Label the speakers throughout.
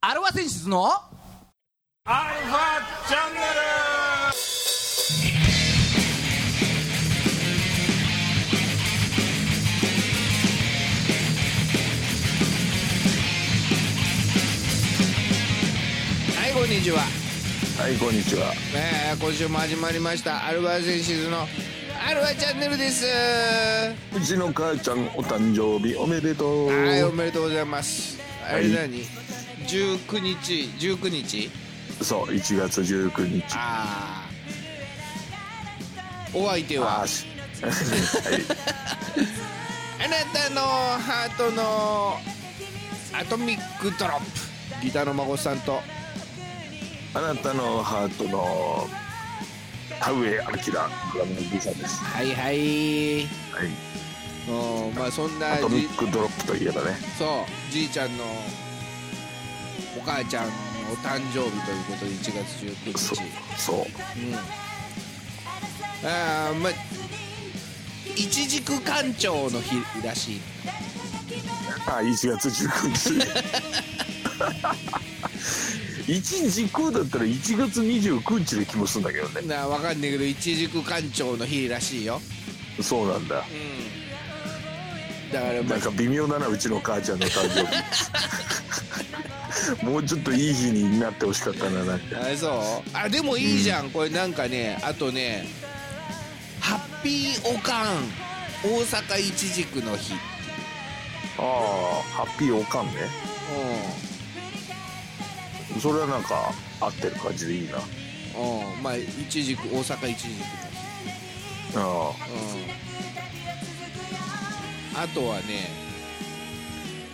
Speaker 1: アルファ選出の
Speaker 2: アルファチャンネル
Speaker 1: はいこんにちは、
Speaker 3: はいこんにちは
Speaker 1: えー、今週も始まりましたアルファ選出のアルファチャンネルですは
Speaker 3: うちの母ちゃんお誕生日おめでとう
Speaker 1: いおめでとうございますあれ
Speaker 3: は
Speaker 1: 何、19日19日
Speaker 3: そう1月19日
Speaker 1: ああお相手は
Speaker 3: あしはい
Speaker 1: あなたのハートのアトミックドロップギターの孫さんと
Speaker 3: あなたのハートの田植明グラムのビザです
Speaker 1: はいはい
Speaker 3: はい
Speaker 1: うんまあそん
Speaker 3: ア
Speaker 1: な
Speaker 3: トミ
Speaker 1: じ
Speaker 3: ックドロップといえばね
Speaker 1: そうじいちゃんのお母ちゃんのお誕生日ということで1月19
Speaker 3: そ
Speaker 1: 日
Speaker 3: うそう
Speaker 1: うんああまあいちじく館長の日らしい
Speaker 3: あ1月19日一時空だったら1月29日で気もするんだけどね
Speaker 1: なわかんねえけどいちじく館長の日らしいよ
Speaker 3: そうなんだ
Speaker 1: うんだからま
Speaker 3: な
Speaker 1: あ
Speaker 3: んか微妙だなうちの母ちゃんの誕生 日もうちょっといい日になってほしかったななんか
Speaker 1: あそうあでもいいじゃん、これなんかねあとねハッピーオカン大阪いちじくの日
Speaker 3: ああハッピーおかんねそれはなんか合ってる感じでいいなあ
Speaker 1: うんうんまあいちじく大阪いちじくの
Speaker 3: あ
Speaker 1: 日うんあとはね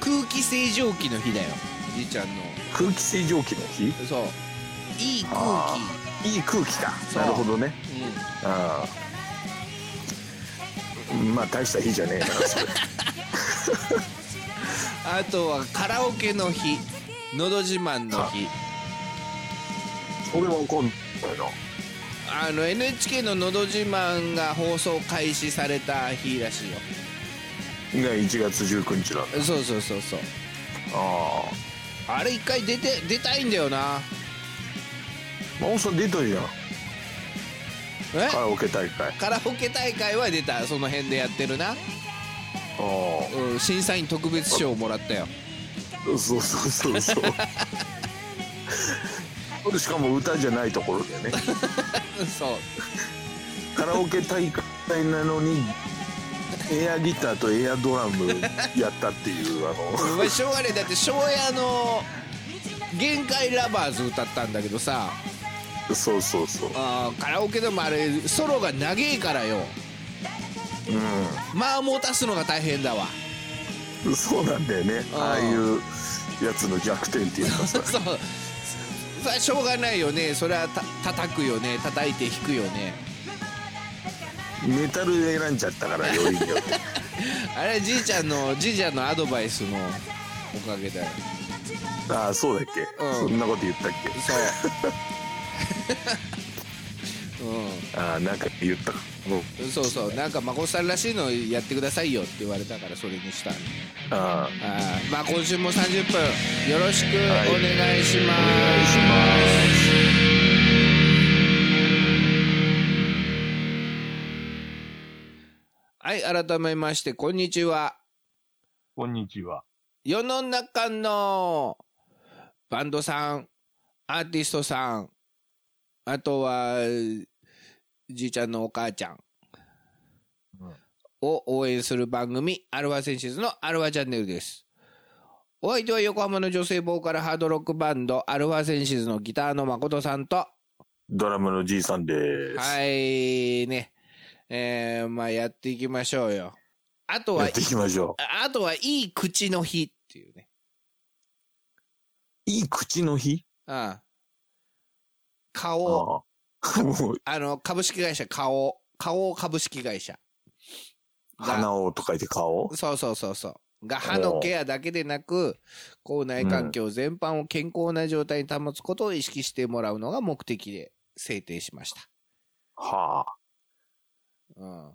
Speaker 1: 空気清浄機の日だよじいちゃんの
Speaker 3: 空気清浄機の日
Speaker 1: そういい空
Speaker 3: あ
Speaker 1: 気
Speaker 3: あいい空気か
Speaker 1: そう
Speaker 3: なるほどね
Speaker 1: うん
Speaker 3: ああまあ大した日じゃねえな それ
Speaker 1: あとはカラオケの日のど自慢の日
Speaker 3: それはわかんないな
Speaker 1: あの NHK の「のど自慢」が放送開始された日らしいよ
Speaker 3: が1月19日なんだ
Speaker 1: そうそうそうそう
Speaker 3: あ
Speaker 1: あれ一回出て出たいんだよな
Speaker 3: あ真央さん出たじゃん
Speaker 1: え
Speaker 3: カラオケ大会あ
Speaker 1: カラオケ大会は出たその辺でやってるな、
Speaker 3: あ
Speaker 1: うん、審査員特別賞をもらったよ
Speaker 3: そうそうそうそうしかも歌じゃないところでね
Speaker 1: そう
Speaker 3: カラオケ大会なのにエアギターとエアドラムやったっていうあの
Speaker 1: お前しょうがねえだって庄屋の「限界ラバーズ」歌ったんだけどさ
Speaker 3: そうそうそう
Speaker 1: あーカラオケでもあれソロが長えからよまあ持たすのが大変だわ
Speaker 3: うんそうなんだよね
Speaker 1: あー
Speaker 3: ああいうやつの逆転っていうか
Speaker 1: そ
Speaker 3: さ
Speaker 1: うそれはしょうがないよねそれはた叩くよね叩いて弾くよね
Speaker 3: メタル選んじゃったからよりによって
Speaker 1: あれじいちゃんのじいちゃんのアドバイスのおかげだよ
Speaker 3: ああそうだっけ、
Speaker 1: うん
Speaker 3: そんなこと言ったっ
Speaker 1: そう
Speaker 3: け ああなんか言ったかも
Speaker 1: うん、そうそうなんか孫さんらしいのやってくださいよって言われたからそれにした
Speaker 3: ああ
Speaker 1: あーまあ今週も30分よろしくお
Speaker 3: はい
Speaker 1: 願いしま
Speaker 3: お願いし
Speaker 1: す、
Speaker 3: ます
Speaker 1: はい、改めましてこんにちは
Speaker 3: こんにちは
Speaker 1: 世の中のバンドさんアーティストさんあとはじいちゃんのお母ちゃん
Speaker 3: うん
Speaker 1: を応援する番組「アルファセンシズ」の「アルファチャンネル」ですお相手は横浜の女性ボーカルハードロックバンドアルファセンシズのギターの誠さんと
Speaker 3: ドラムのじいさんです、
Speaker 1: はいねえー、まあやっていきましょうよあと
Speaker 3: や
Speaker 1: は
Speaker 3: っていきましょ
Speaker 1: ああとはいい口の日っていうね
Speaker 3: ういい口の日
Speaker 1: うん顔
Speaker 3: ああもう
Speaker 1: あの株式会社顔顔株式会社が
Speaker 3: 鼻をと書いて顔
Speaker 1: そうそうそうそうが歯のケアだけでなく口内環境全般を健康な状態に保つことを意識してもらうのが目的で制定しました、
Speaker 3: はあ
Speaker 1: うん、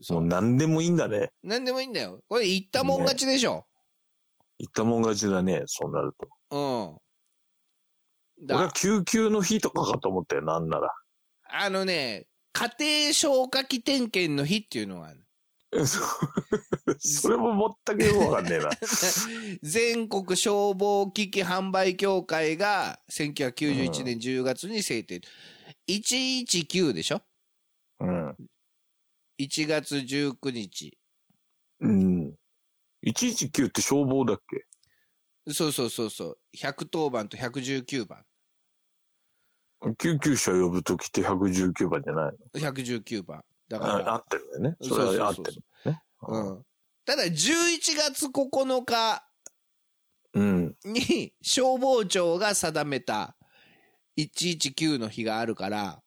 Speaker 1: そ
Speaker 3: もう
Speaker 1: う
Speaker 3: 何でもいいんだね
Speaker 1: 何でもいいんだよこれ言ったもん勝ちでしょ、
Speaker 3: 行ったもん勝ちだね、そうなると。
Speaker 1: うん。
Speaker 3: 俺は
Speaker 1: だ
Speaker 3: 救急の日とかかと思ったよ、なん なら。
Speaker 1: あのね、家庭消火器点検の日っていうのがある。
Speaker 3: それも全くよくわかんねえな。
Speaker 1: 全国消防機器販売協会が1991年10月に制定。119でしょ
Speaker 3: うん。
Speaker 1: ?1 月19日。
Speaker 3: うん。119って消防だっけ
Speaker 1: そうそうそうそう。110番と119番。
Speaker 3: 救急車呼ぶときって119番じゃないの
Speaker 1: 119番。だか
Speaker 3: ああ
Speaker 1: ら。
Speaker 3: ってるよね。
Speaker 1: そ
Speaker 3: そう
Speaker 1: そう
Speaker 3: れはあ
Speaker 1: そう
Speaker 3: って
Speaker 1: そう
Speaker 3: る。う
Speaker 1: うん。ただ11月9日
Speaker 3: うん。
Speaker 1: に消防庁が定めた119の日があるから、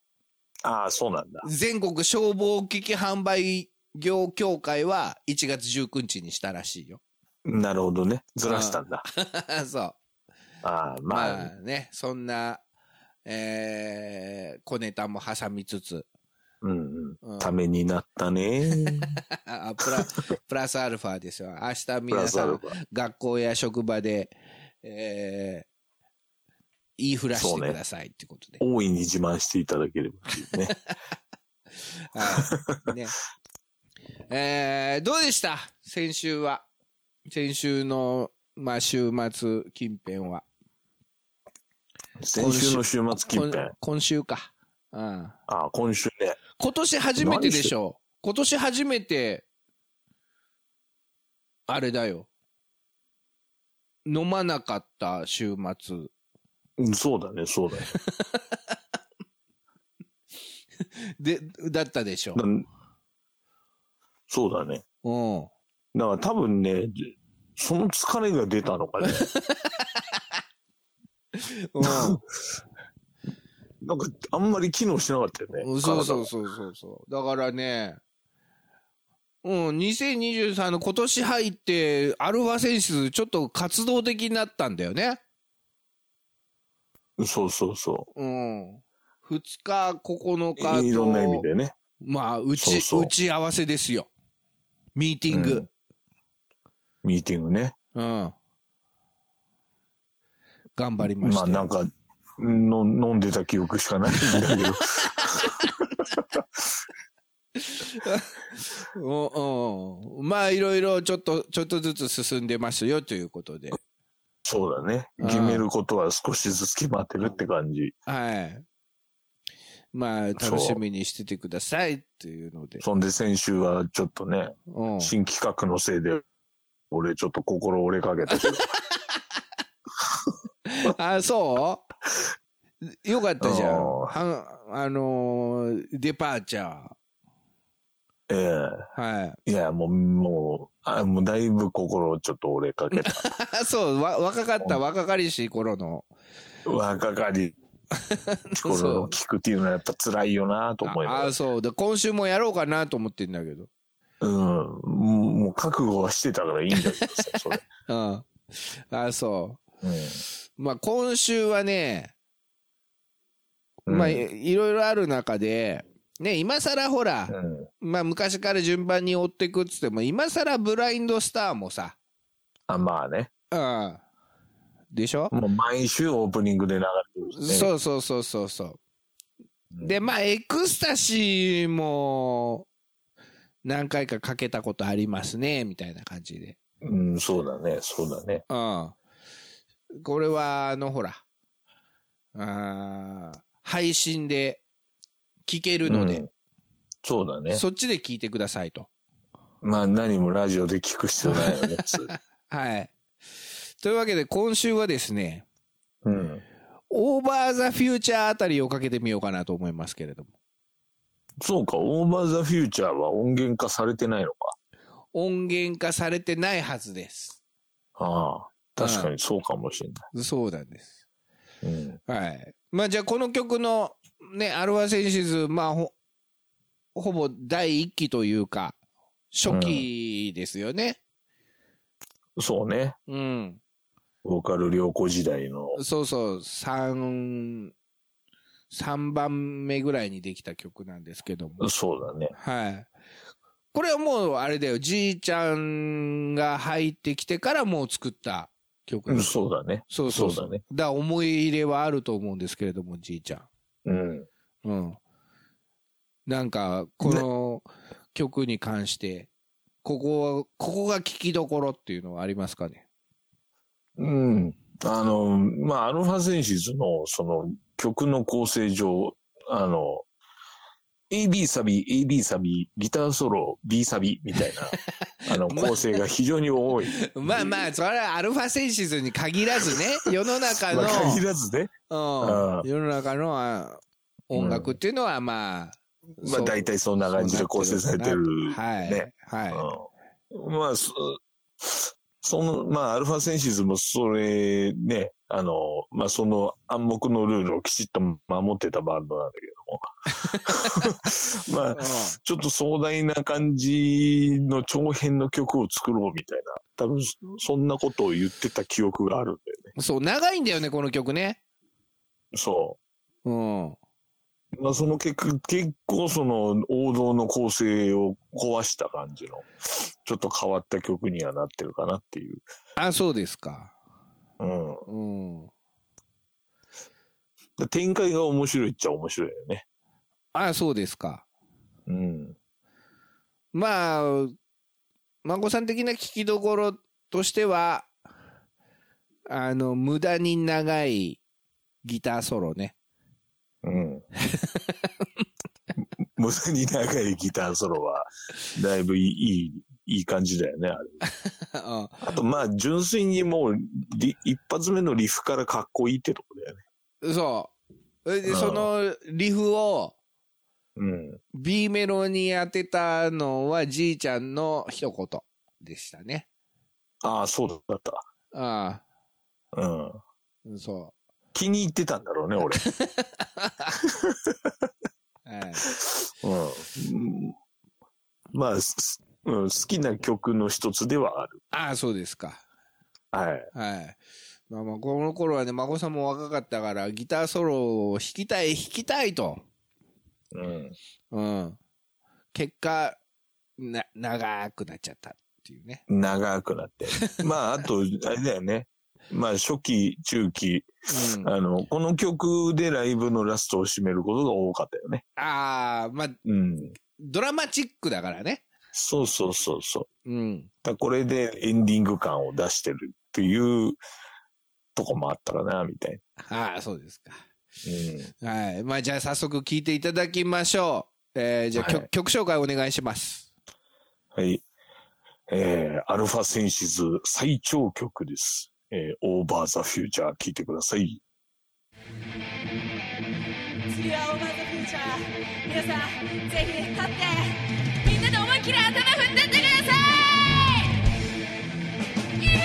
Speaker 3: ああ、そうなんだ。
Speaker 1: 全国消防機器販売業協会は1月19日にしたらしいよ。
Speaker 3: なるほどね。ずらしたんだ。
Speaker 1: そう。
Speaker 3: ああ、まあ、
Speaker 1: まあね、そんな、えー、小ネタも挟みつつ、
Speaker 3: うん
Speaker 1: う
Speaker 3: うんん。ためになったね。
Speaker 1: あプラ プラスアルファですよ。明日
Speaker 3: プ
Speaker 1: 皆
Speaker 3: ラス
Speaker 1: さ
Speaker 3: アル
Speaker 1: ん
Speaker 3: ファ。
Speaker 1: 学校や職場で、えー言いふらし
Speaker 3: そ
Speaker 1: て
Speaker 3: うね
Speaker 1: くださいってことで。
Speaker 3: 大いに自慢していただければっていうね。
Speaker 1: はい。ね。 えー、どうでした先週は。先週の、まあ、週末近辺は。
Speaker 3: 先週の週末近辺。
Speaker 1: 今今週か。うん。
Speaker 3: ああ、今週ね。
Speaker 1: 今年初めてでしょ。今年初めて、あれだよ。飲まなかった週末。
Speaker 3: うんそうだね、そうだ ね。
Speaker 1: で、だったでしょ
Speaker 3: だ。そうだね。
Speaker 1: うん。
Speaker 3: だから多分ね、じその疲れが出たのかね。
Speaker 1: う
Speaker 3: なんか、あんまり機能しなかったよね。
Speaker 1: ん。そうそうそうそうそう。だからね、うん、2023の今年入って、アルファセンシス、ちょっと活動的になったんだよね。
Speaker 3: 体がそうそうそ
Speaker 1: うん。2日、9日と。
Speaker 3: う。いろんな意味でね。
Speaker 1: まあ、打ち、
Speaker 3: そうそう
Speaker 1: 打ち合わせですよ。ミーティング。
Speaker 3: ミーティングね。
Speaker 1: うん。頑張りました
Speaker 3: まあ
Speaker 1: よ。
Speaker 3: なんか、の飲んでた記憶しかないんだけ ど。
Speaker 1: うんうん。まあ、いろいろちょっと、ちょっとずつ進んでますよということで。
Speaker 3: そうだね。
Speaker 1: うん
Speaker 3: 決めることは少しずつ決まってるって感じ。
Speaker 1: はい。まあ、楽しみにしててくださいっていうので。
Speaker 3: そんで先週はちょっとね、
Speaker 1: うん。
Speaker 3: 新企画のせいで、俺ちょっと心折れか けたけど。
Speaker 1: あ、そうよかったじゃん。
Speaker 3: あ
Speaker 1: ああのーデパーチャ
Speaker 3: ええ
Speaker 1: ー。はい。
Speaker 3: いや、もう、もう、あもうだいぶ心ちょっと折れ かけた。
Speaker 1: あそう、わ若かった、若かりしい頃の。
Speaker 3: 若かり、
Speaker 1: そう
Speaker 3: 頃の聞くっていうのはやっぱ辛いよなと思い
Speaker 1: あ
Speaker 3: ま
Speaker 1: あ、
Speaker 3: す。
Speaker 1: そう。で、今週もやろうかなと思ってんだけど。
Speaker 3: うん。もう覚悟はしてたからいいんだけどさ、そ れ。
Speaker 1: うん。ああ、そ
Speaker 3: うん
Speaker 1: う。まあ、今週はね、
Speaker 3: うん
Speaker 1: まあ、いいろいろある中で、ね、今更ほら、
Speaker 3: うん。
Speaker 1: まあ、昔から順番に追っていくっつっても、今更ブラインドスターもさ、
Speaker 3: あまあね。
Speaker 1: うん。でしょ、
Speaker 3: もう毎週オープニングで流れてるしね。
Speaker 1: そうそうそうそうそう。
Speaker 3: うん
Speaker 1: で、まあ、エクスタシーも、何回かかけたことありますね、みたいな感じで。
Speaker 3: うん、そうだね、そうだね。
Speaker 1: うん。これは、あの、ほら、あー配信で聞けるの
Speaker 3: う
Speaker 1: で、
Speaker 3: んそうだね。
Speaker 1: そっちで聞いてくださいと。
Speaker 3: まあ何もラジオで聞く必要ないよね。普 通
Speaker 1: はい。というわけで、今週はですね、
Speaker 3: うん。
Speaker 1: オーバーザフューチャーあたりをかけてみようかなと思いますけれども。
Speaker 3: そうか、オーバーザフューチャーは音源化されてないのか。
Speaker 1: 音源化されてないはずです。
Speaker 3: ああ、確かにそうかもしれ
Speaker 1: そうなんです。
Speaker 3: ない。うん。
Speaker 1: はい。まあじゃあこの曲のね、アルファセンシズ、まあほ、ほぼ第一期というか、初期ですよね。
Speaker 3: そうね。
Speaker 1: うん。
Speaker 3: ボーカル良子時代の。
Speaker 1: そうそう、三、三番目ぐらいにできた曲なんですけども。
Speaker 3: そうだね。
Speaker 1: はい。これはもうあれだよ、じいちゃんが入ってきてからもう作った曲
Speaker 3: う
Speaker 1: だ
Speaker 3: ん、そうだね。
Speaker 1: そうそうそう。
Speaker 3: そうだね
Speaker 1: だから思い入れはあると思うんですけれども、じいちゃ
Speaker 3: うん。
Speaker 1: ん。うん。なんか、この曲に関して、ここは、ここが聞きどころっていうのはありますかね。
Speaker 3: うん。あの、まあ、アルファセンシズの、その、曲の構成上、あの、AB サビ、AB サビ、ギターソロ、B サビ、みたいな、あの、構成が非常に多い。
Speaker 1: まあまあ、それはアルファセンシズに限ら ずね、世の中の
Speaker 3: ま、あ、限らずね。
Speaker 1: うん
Speaker 3: うん
Speaker 1: 世の中のあ音楽っていうのはまあ、
Speaker 3: まあ、大体そんな感じで構成されてる。
Speaker 1: はい。
Speaker 3: ね
Speaker 1: はい。
Speaker 3: うんまあ、そその、まあ、アルファセンシズもそれね、あの、まあ、その暗黙のルールをきちっと守ってたバンドなんだけど も。まあ、ちょっと壮大な感じの長編の曲を作ろうみたいな、多分そんなことを言ってた記憶があるんだよね。
Speaker 1: うんそう、長いんだよね、この曲ね。
Speaker 3: そ
Speaker 1: うん。
Speaker 3: う。まあ、その結果結構その王道の構成を壊した感じの、ちょっと変わった曲にはなってるかなっていう。
Speaker 1: あ、そうですか。
Speaker 3: うん。
Speaker 1: うん。
Speaker 3: 展開が面白いっちゃ面白いよね。
Speaker 1: あ、そうですか。
Speaker 3: うん。
Speaker 1: まあ、孫さん的な聞きどころとしては、あの、無駄に長いギターソロね。
Speaker 3: うん。 無駄に長いギターソロは、だいぶいい、いいいい感じだよね、あれ。
Speaker 1: うん
Speaker 3: あと、まあ、純粋にもう、リ一発目のリフからかっこいいってとこだよね。
Speaker 1: そう。それで、
Speaker 3: うん
Speaker 1: そのリフを B メロに当てたのはじいちゃんの一言でしたね。
Speaker 3: うん。ああ、そうだった。
Speaker 1: あ
Speaker 3: うん。
Speaker 1: あ、そ
Speaker 3: 気に入ってたんだろうね、俺。
Speaker 1: う。はい、
Speaker 3: うん。まあ、すうん、好きな曲の一つではある。
Speaker 1: ああ、そうですか。
Speaker 3: はい。
Speaker 1: はい。まあまあ、この頃はね、孫さんも若かったから、ギターソロを弾きたい、弾きたいと。
Speaker 3: うん。
Speaker 1: うん。結果、な、長くなっちゃったっていうね。
Speaker 3: 長くなって。 まあ、あと、あれだよね。まあ、初期、中期、
Speaker 1: うん。あ
Speaker 3: あの、この曲でライブのラストを締めることが多かったよね。
Speaker 1: あー、まあ、
Speaker 3: うん。
Speaker 1: ドラマチックだからね。
Speaker 3: そうそうそうそう。
Speaker 1: うん。
Speaker 3: だこれでエンディング感を出してるっていうとこもあったかな、みたい
Speaker 1: ああ、そうですか。
Speaker 3: な。
Speaker 1: はい。まあ、じゃあ早速聴いていただきましょう。えー、じゃあ曲,、
Speaker 3: はい
Speaker 1: 曲紹介お願いします。
Speaker 3: うん。はい。えー、アルファセンシズ最長曲です。えー、オーバーザフューチャー聞いてください。
Speaker 4: 次はオーバーザフューチャー皆さんぜひ立ってみんなで思いっきり頭振ってってくださいいくよ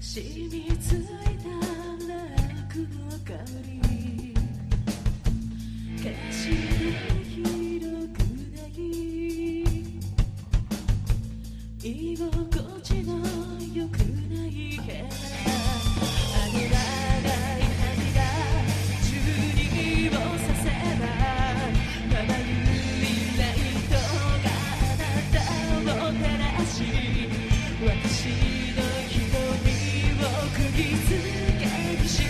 Speaker 4: 染みついた楽の香り歌詞が広くなり居心地の良くない部屋あの長い旅が宙にもさせばまばゆいライトがあなたを照らし私の瞳を釘付けにして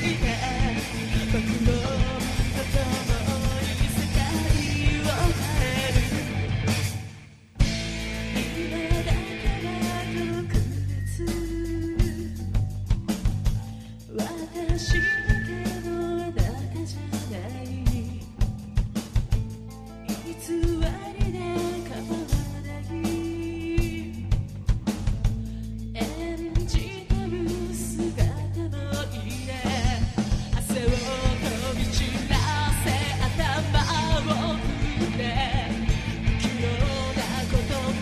Speaker 4: 僕のと共に世界を変える今だから特別私だけのあなたじゃない偽りで構わない演じたる姿もいいね汗を飛び散らせ頭を振って浮世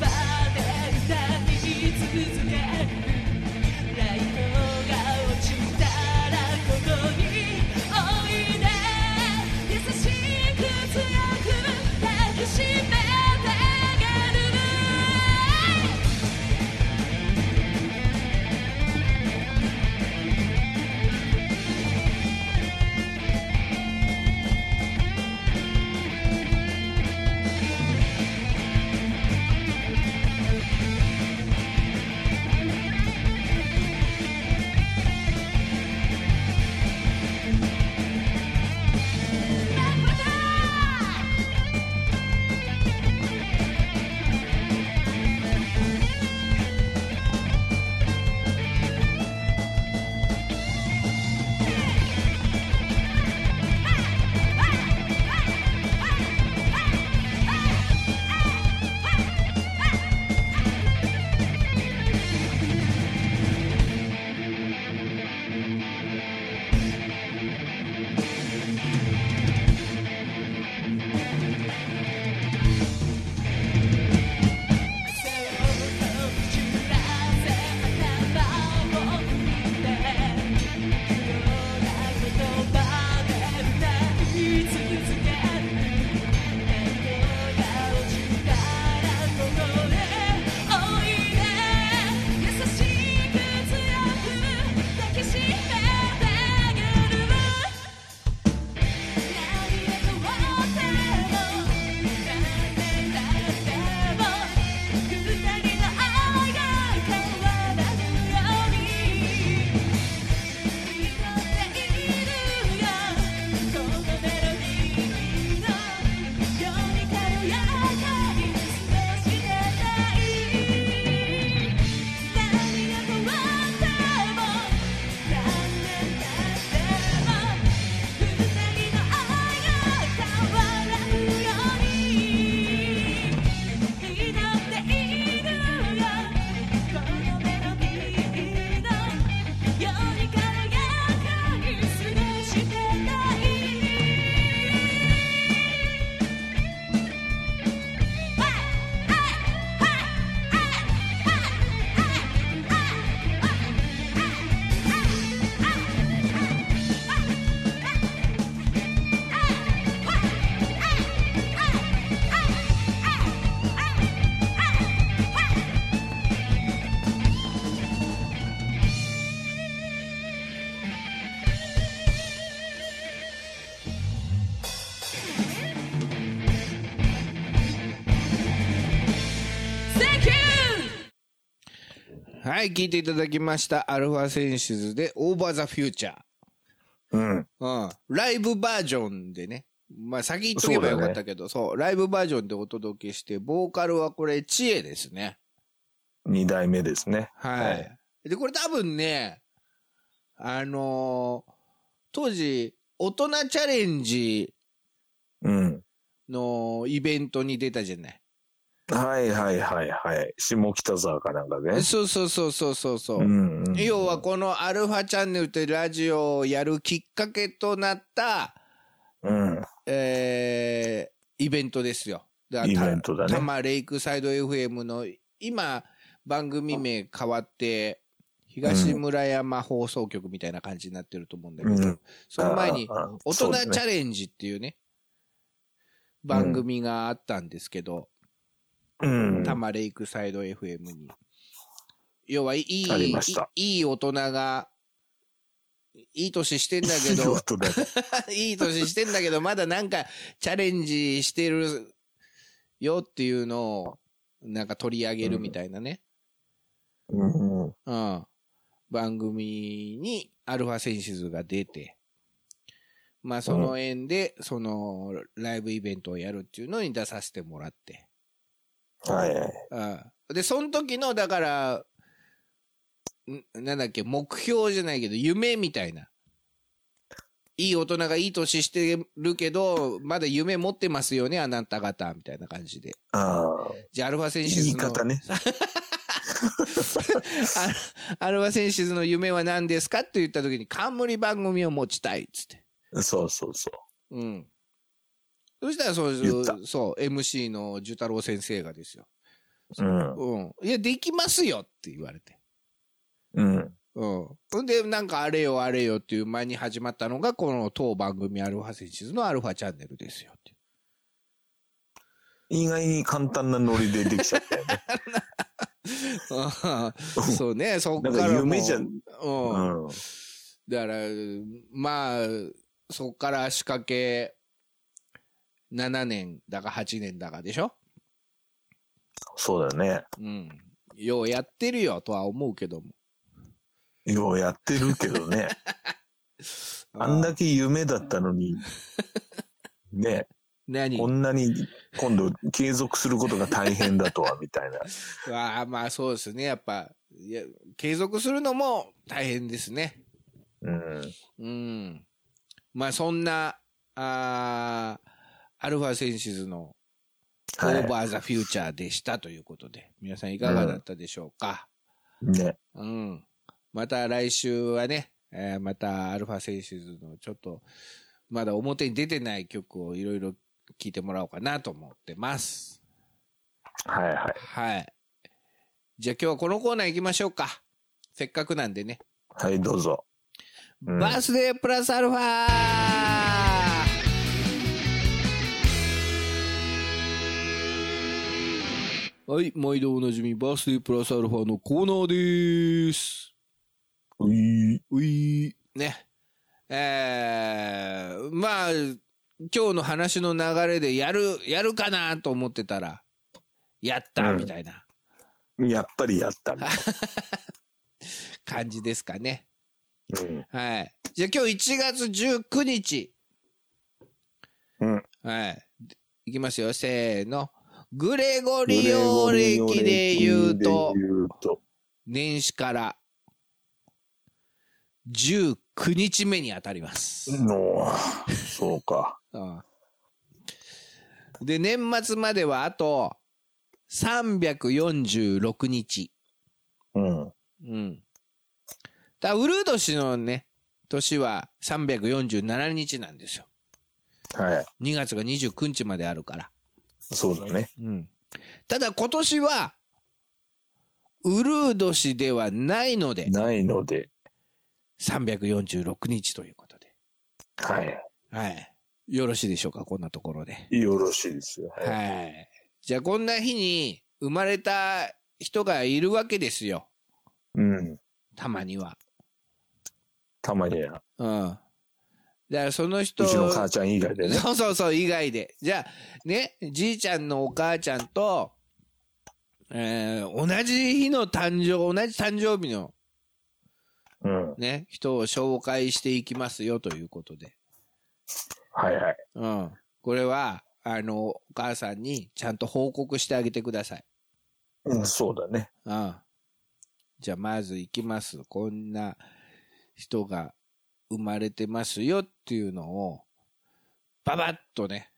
Speaker 1: はい、聞いていただきました。アルファセンシズでオーバーザフューチャー。
Speaker 3: うん。
Speaker 1: うん。ライブバージョンでね。まあ、先言っとけばよかったけど、そう,、ライブバージョンでお届けして、ボーカルはこれ、知恵ですね。
Speaker 3: 二代目ですね。
Speaker 1: はい。
Speaker 3: は
Speaker 1: で、これ多分ね、あのー当時、大人チャレンジ
Speaker 3: うん。
Speaker 1: のイベントに出たじゃない。
Speaker 3: はいはいはいはい。下北沢かなんかね。
Speaker 1: そうそうそうそうそうそう。
Speaker 3: んん
Speaker 1: 要はこのアルファチャンネルというラジオをやるきっかけとなった、
Speaker 3: うん。
Speaker 1: えーイベントですよ。だ
Speaker 3: イベントだね
Speaker 1: た多摩レイクサイド FM の、今、番組名変わって、東村山放送局みたいな感じになってると思うんだけど、
Speaker 3: うん
Speaker 1: その前に、
Speaker 3: ああ
Speaker 1: 大
Speaker 3: そ
Speaker 1: 人
Speaker 3: うだね
Speaker 1: チャレンジっていうね、番組があったんですけど、
Speaker 3: うん。
Speaker 1: 多摩レイクサイド FM に。要はいい、
Speaker 3: あり
Speaker 1: い
Speaker 3: ました
Speaker 1: いいい大人が、いい年してんだけ
Speaker 3: そう
Speaker 1: ど
Speaker 3: いう、ことだね
Speaker 1: いい年してんだけど、まだなんかチャレンジしてるよっていうのを、なんか取り上げるみたいなね。
Speaker 3: うんうん
Speaker 1: うん。番組にアルファセンシズが出て、まあその縁で、そのライブイベントをやるっていうのに出させてもらって。
Speaker 3: はいはい。
Speaker 1: うん。で、その時の、だから、んなんだっけ、目標じゃないけど、夢みたいな。いい大人がいい年してるけど、まだ夢持ってますよね、あなた方、みたいな感じで。
Speaker 3: ああ。
Speaker 1: じゃあ、アルファセンシ
Speaker 3: 言い
Speaker 1: ズの、
Speaker 3: 方ね。
Speaker 1: アルファセンシズの夢は何ですかって言った時に、冠番組を持ちたい、っつって。
Speaker 3: そうそうそ
Speaker 1: うん。そしたら、そう、
Speaker 3: 言った
Speaker 1: そう、MC の寿太郎先生がですよ。
Speaker 3: う。うん。
Speaker 1: うん。いや、できますよって言われて。
Speaker 3: うん。
Speaker 1: うん。ほんで、なんかあれよあれよっていう前に始まったのが、この当番組アルファセンシズのアルファチャンネルですよっていう。
Speaker 3: 意外に簡単なノリでできち ゃったよね。
Speaker 1: あーそう ね、そっか
Speaker 3: だ
Speaker 1: ら
Speaker 3: か
Speaker 1: もう。
Speaker 3: ら夢じゃ、
Speaker 1: う。
Speaker 3: うんん。
Speaker 1: だから、まあ、そっから仕掛け7年だか8年だかでしょ
Speaker 3: そうだね。
Speaker 1: うん。ようやってるよとは思うけども。
Speaker 3: ようやってるけどね。あん
Speaker 1: あー
Speaker 3: だけ夢だったのに、ね、
Speaker 1: 何
Speaker 3: こんなに今度継続することが大変だとは、みたいな。
Speaker 1: あーまあそうですね、やっぱ。いや、継続するのも大変ですね。
Speaker 3: うん。
Speaker 1: うん。まあそんな、あーアルファセンシズのオ
Speaker 3: はい
Speaker 1: ーバーザフューチャーでしたということで、皆さんいかがだったでしょうか。
Speaker 3: ね。
Speaker 1: うん。また来週はね、えーまたアルファセンシズのちょっと、まだ表に出てない曲をいろいろ聴いてもらおうかなと思ってます。
Speaker 3: はいはい。
Speaker 1: はい。じゃあ今日はこのコーナー行きましょうか。せっかくなんでね。
Speaker 3: はい、どうぞ。うん
Speaker 1: バースデープラスアルファはい、毎度おなじみ、バースデープラスアルファのコーナーでーす。
Speaker 3: ういう
Speaker 1: いね。えー、まあ、今日の話の流れでやる、やるかなと思ってたら、やった
Speaker 3: うん
Speaker 1: みたいな
Speaker 3: やっぱりやったみたい
Speaker 1: 感じですかね。
Speaker 3: な。
Speaker 1: はい。じゃあ今日1月19日。
Speaker 3: うん。
Speaker 1: はい。いきますよ、せーの。グレゴリオ歴で言うと
Speaker 3: グレゴリオ歴で、言うと
Speaker 1: 年始から19日目に当たります。
Speaker 3: の、そうか。
Speaker 1: うんで、年末まではあと346日。
Speaker 3: うん。
Speaker 1: うん。だからウルー年のね、年は347日なんですよ。
Speaker 3: はい。
Speaker 1: 2月が29日まであるから。
Speaker 3: そうだね。
Speaker 1: ただ今年は、ウルー年ではないので、
Speaker 3: ないので、
Speaker 1: 346日ということで。
Speaker 3: はい。
Speaker 1: はい。よろしいでしょうか、こんなところで。
Speaker 3: よろしいですよ。はい
Speaker 1: はい。じゃあこんな日に生まれた人がいるわけですよ。
Speaker 3: うん。
Speaker 1: たまには。
Speaker 3: たまには。
Speaker 1: うん。だからその人、
Speaker 3: うちの母ちゃん以外でね。
Speaker 1: そうそうそう、以外で。じゃあ、ね、じいちゃんのお母ちゃんと、えー同じ日の誕生、同じ誕生日の
Speaker 3: うん。
Speaker 1: ね、人を紹介していきますよということで。
Speaker 3: はいはい。
Speaker 1: うん。これは、あの、お母さんにちゃんと報告してあげてください。
Speaker 3: うん、そうだね。
Speaker 1: うん。じゃあ、まず行きます。こんな人が生まれてますよっていうのを、ババッとね、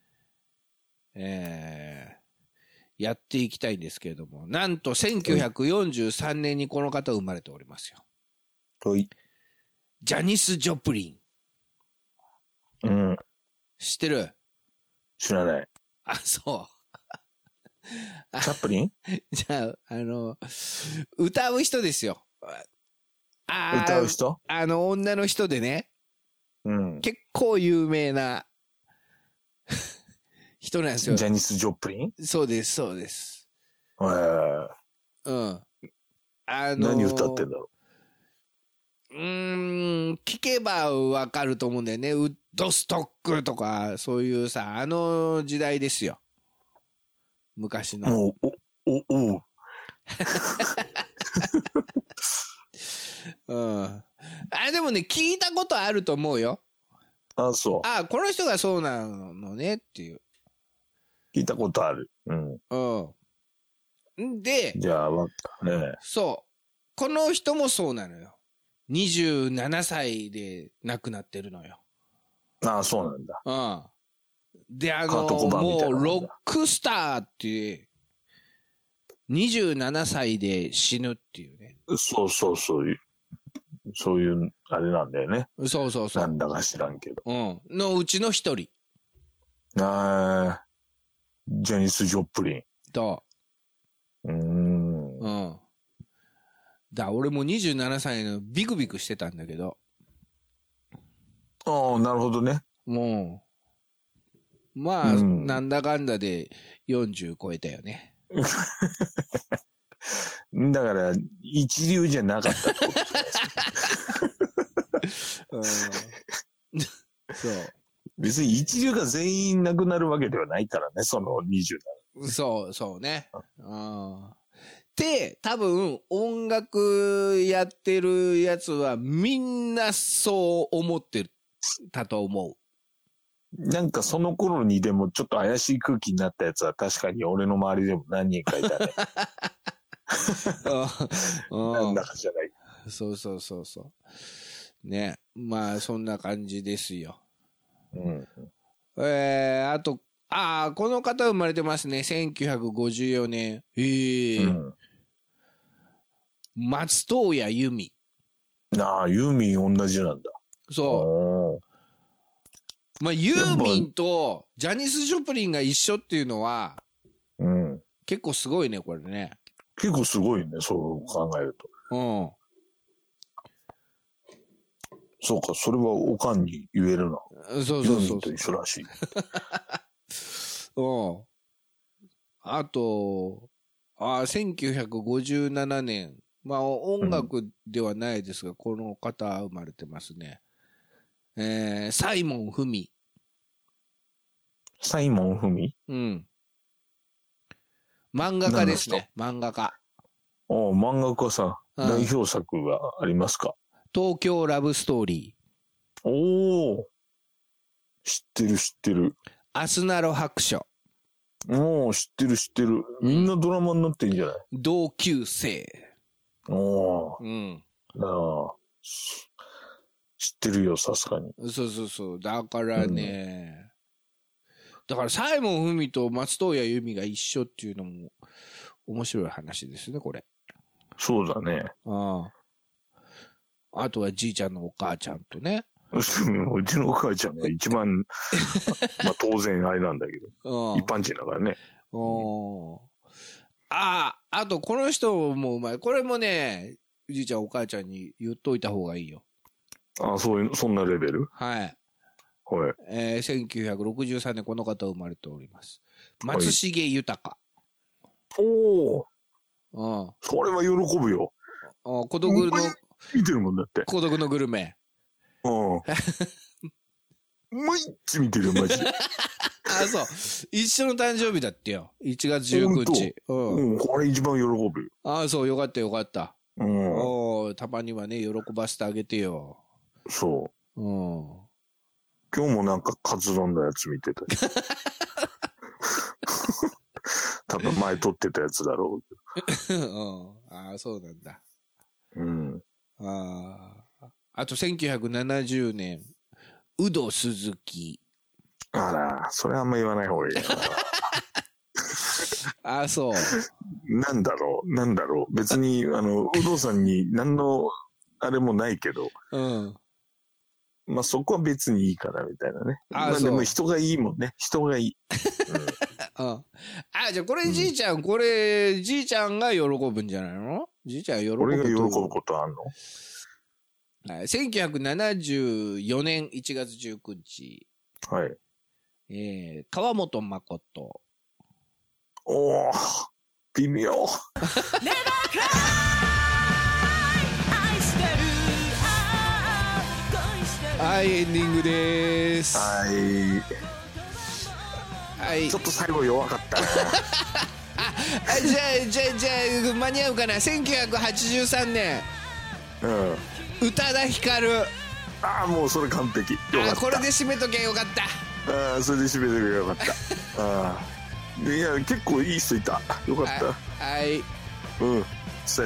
Speaker 1: えー、やっていきたいんですけれども、なんと1943年にこの方生まれておりますよ。
Speaker 3: はい。
Speaker 1: ジャニス・ジョプリン。
Speaker 3: うん。
Speaker 1: 知ってる
Speaker 3: 知らない。
Speaker 1: あ、そう。
Speaker 3: チャップリン
Speaker 1: じゃあ、あの、歌う人ですよ。あ
Speaker 3: 歌
Speaker 1: あ
Speaker 3: う、人
Speaker 1: あの、女の人でね、
Speaker 3: うん。
Speaker 1: 結構有名な 人なんです
Speaker 3: ジ
Speaker 1: よ。
Speaker 3: ャニス・ジョプリン
Speaker 1: そうです、そうです。
Speaker 3: えー
Speaker 1: うん。あの
Speaker 3: 何歌ってんだろ
Speaker 1: うーん、聞けばわかると思うんだよね。ウッドストックとか、そういうさ、あの時代ですよ。昔
Speaker 3: う。
Speaker 1: の。
Speaker 3: もう、お、お、おう。
Speaker 1: うん。あ、でもね、聞いたことあると思うよ。
Speaker 3: あ、そう。
Speaker 1: あ、この人がそうなのねっていう。
Speaker 3: 聞いたことある。うん。
Speaker 1: うん。で、
Speaker 3: じゃあ、わねえ
Speaker 1: そう。この人もそうなのよ。27歳で亡くなってるのよ。
Speaker 3: ああ、そうなんだ。
Speaker 1: うん。で、あ
Speaker 3: カ
Speaker 1: の、
Speaker 3: ートコバーンみ
Speaker 1: も
Speaker 3: たいうなもん
Speaker 1: ロ
Speaker 3: だ
Speaker 1: ックスターって、27歳で死ぬっていうね。
Speaker 3: そうそうそういう、そういう、あれなんだよね。
Speaker 1: そうそうそ
Speaker 3: な
Speaker 1: う。
Speaker 3: んだか知らんけど。
Speaker 1: うん。のうちの一人
Speaker 3: ああ、ジャニス・ジョプリン。
Speaker 1: と、
Speaker 3: うーん。
Speaker 1: うん。だ、俺も27歳のビクビクしてたんだけど、
Speaker 3: ああ、なるほどね。
Speaker 1: もう、まあ、
Speaker 3: うん
Speaker 1: なんだかんだで40超えたよね。
Speaker 3: だから、一流じゃなかったってこと。
Speaker 1: うん そ
Speaker 3: 別に一流が全員なくなるわけではないからね、その27。
Speaker 1: う。そう、そうね。うん。で、多分、音楽やってるやつはみんなそう思ってたと思う。
Speaker 3: なんかその頃にでもちょっと怪しい空気になったやつは確かに俺の周りでも何人かいたね。な
Speaker 1: うんん
Speaker 3: だかじゃない。
Speaker 1: そうそうそうそう。ね。まあ、そんな感じですよ。
Speaker 3: うん。
Speaker 1: えー、あと、ああ、この方生まれてますね。1954年。ええ
Speaker 3: うん
Speaker 1: 松任谷由実。
Speaker 3: なあ、ユーミン同じなんだ。
Speaker 1: そう。
Speaker 3: お
Speaker 1: まあ、ユーミンとジャニス・ジョプリンが一緒っていうのは、
Speaker 3: ーうん。
Speaker 1: 結構すごいね、これね。
Speaker 3: 結構すごいね、そう考えると。
Speaker 1: うん。
Speaker 3: そうか、それはおかんに言えるな。
Speaker 1: そう
Speaker 3: ユ
Speaker 1: そ
Speaker 3: ー
Speaker 1: う
Speaker 3: ミ
Speaker 1: そ
Speaker 3: ン
Speaker 1: う
Speaker 3: と一緒らしい。
Speaker 1: そう。うん。あと、あー1957年。まあ、音楽ではないですが、この方生まれてますね。えー、サイモン・フミ。
Speaker 3: サイモン・フミ
Speaker 1: うん。漫画家ですね。漫画家。
Speaker 3: ああ、漫画家さん、
Speaker 1: うん
Speaker 3: 代表作がありますか
Speaker 1: 東京ラブストーリ
Speaker 3: おお知ってる知ってる。
Speaker 1: ー。アスナロ白書。
Speaker 3: もう知ってる知ってる。みんなドラマになってんじゃない
Speaker 1: 同級生。
Speaker 3: おお
Speaker 1: うん。
Speaker 3: なあ。知ってるよ、さすがに。
Speaker 1: そうそうそう。だからね、だから、サイモン・フミと松任谷由実が一緒っていうのも、面白い話ですね、これ。
Speaker 3: そうだね。
Speaker 1: あああとは、じいちゃんのお母ちゃんとね。
Speaker 3: うちのお母ちゃんが一 番、まあ当然あれなんだけど、
Speaker 1: うん。
Speaker 3: 一般人だからね。
Speaker 1: うんああ、あと、この人もうまい。これもね、じいちゃん、お母ちゃんに言っといた方がいいよ。
Speaker 3: ああ、そういう、そんなレベル
Speaker 1: はい。
Speaker 3: はい。
Speaker 1: えー、1963年、この方生まれております。松重豊。
Speaker 3: おお
Speaker 1: うん。あ
Speaker 3: それは喜ぶよ。
Speaker 1: 孤独の、
Speaker 3: 見てるもんだって。
Speaker 1: 孤独のグルメ。
Speaker 3: うん。 毎日見てるよ、マジ で。
Speaker 1: あ、そう。一緒の誕生日だってよ。1月19日。うん。
Speaker 3: うん、これ一番喜ぶよ。
Speaker 1: あ、そう。よかったよかった。
Speaker 3: う
Speaker 1: おーたまにはね、喜ばせてあげてよ。
Speaker 3: ん、そう。
Speaker 1: うん。
Speaker 3: 今日もなんかカツ丼のやつ見てたよ。多分前撮ってたやつだろ
Speaker 1: うん。ああ、そうなんだ。
Speaker 3: う。うん。
Speaker 1: ああ。あと1970年、ウド鈴木。
Speaker 3: あら、それあんま言わない方がいいよ
Speaker 1: ああ、そう。
Speaker 3: な。なんだろう、なんだろう。別に、あの、有働さんに何の、あれもないけど、
Speaker 1: うん。
Speaker 3: まあそこは別にいいからみたいなね。
Speaker 1: あ
Speaker 3: まあ
Speaker 1: そう
Speaker 3: でも人がいいもんね。人がい い。
Speaker 1: ああ、じゃあこれじいちゃん、これ、じいちゃんが喜ぶんじゃないのじいちゃん喜ぶ。
Speaker 3: 俺が喜ぶことあんの
Speaker 1: はい、1974年1月19日、
Speaker 3: はい。
Speaker 1: えー、川本誠。
Speaker 3: おー、微妙。
Speaker 4: 愛してるああ恋してる
Speaker 1: はい、エンディングでーす。は
Speaker 3: はいい。ちょ。っと最後弱かったな。
Speaker 1: あじゃあ、じゃあ、じゃあ、間に合うかな。1983年、
Speaker 3: うん。
Speaker 1: 宇多田ヒカル。
Speaker 3: ああ、もうそれ完璧。よかっ
Speaker 1: あ、
Speaker 3: た。
Speaker 1: これで締めとけよかった。
Speaker 3: ああそれで締めてくれよかった ああいや結構いい人いたよかっ
Speaker 1: はい、
Speaker 3: たうん伝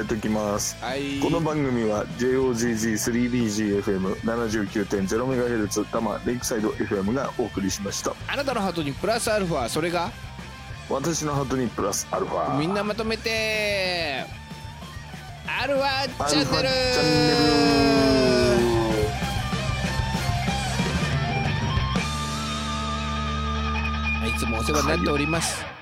Speaker 3: えときます
Speaker 1: はい。
Speaker 3: この番組は JOGG3BGFM79.0MHz 多摩レイクサイド FM がお送りしました
Speaker 1: あなたのハートにプラスアルファ、それが、
Speaker 3: 私のハートにプラスアルファ
Speaker 1: みんなまとめて、アルファチャンネル
Speaker 3: アルファチャンネル
Speaker 1: いつもお世話になっております。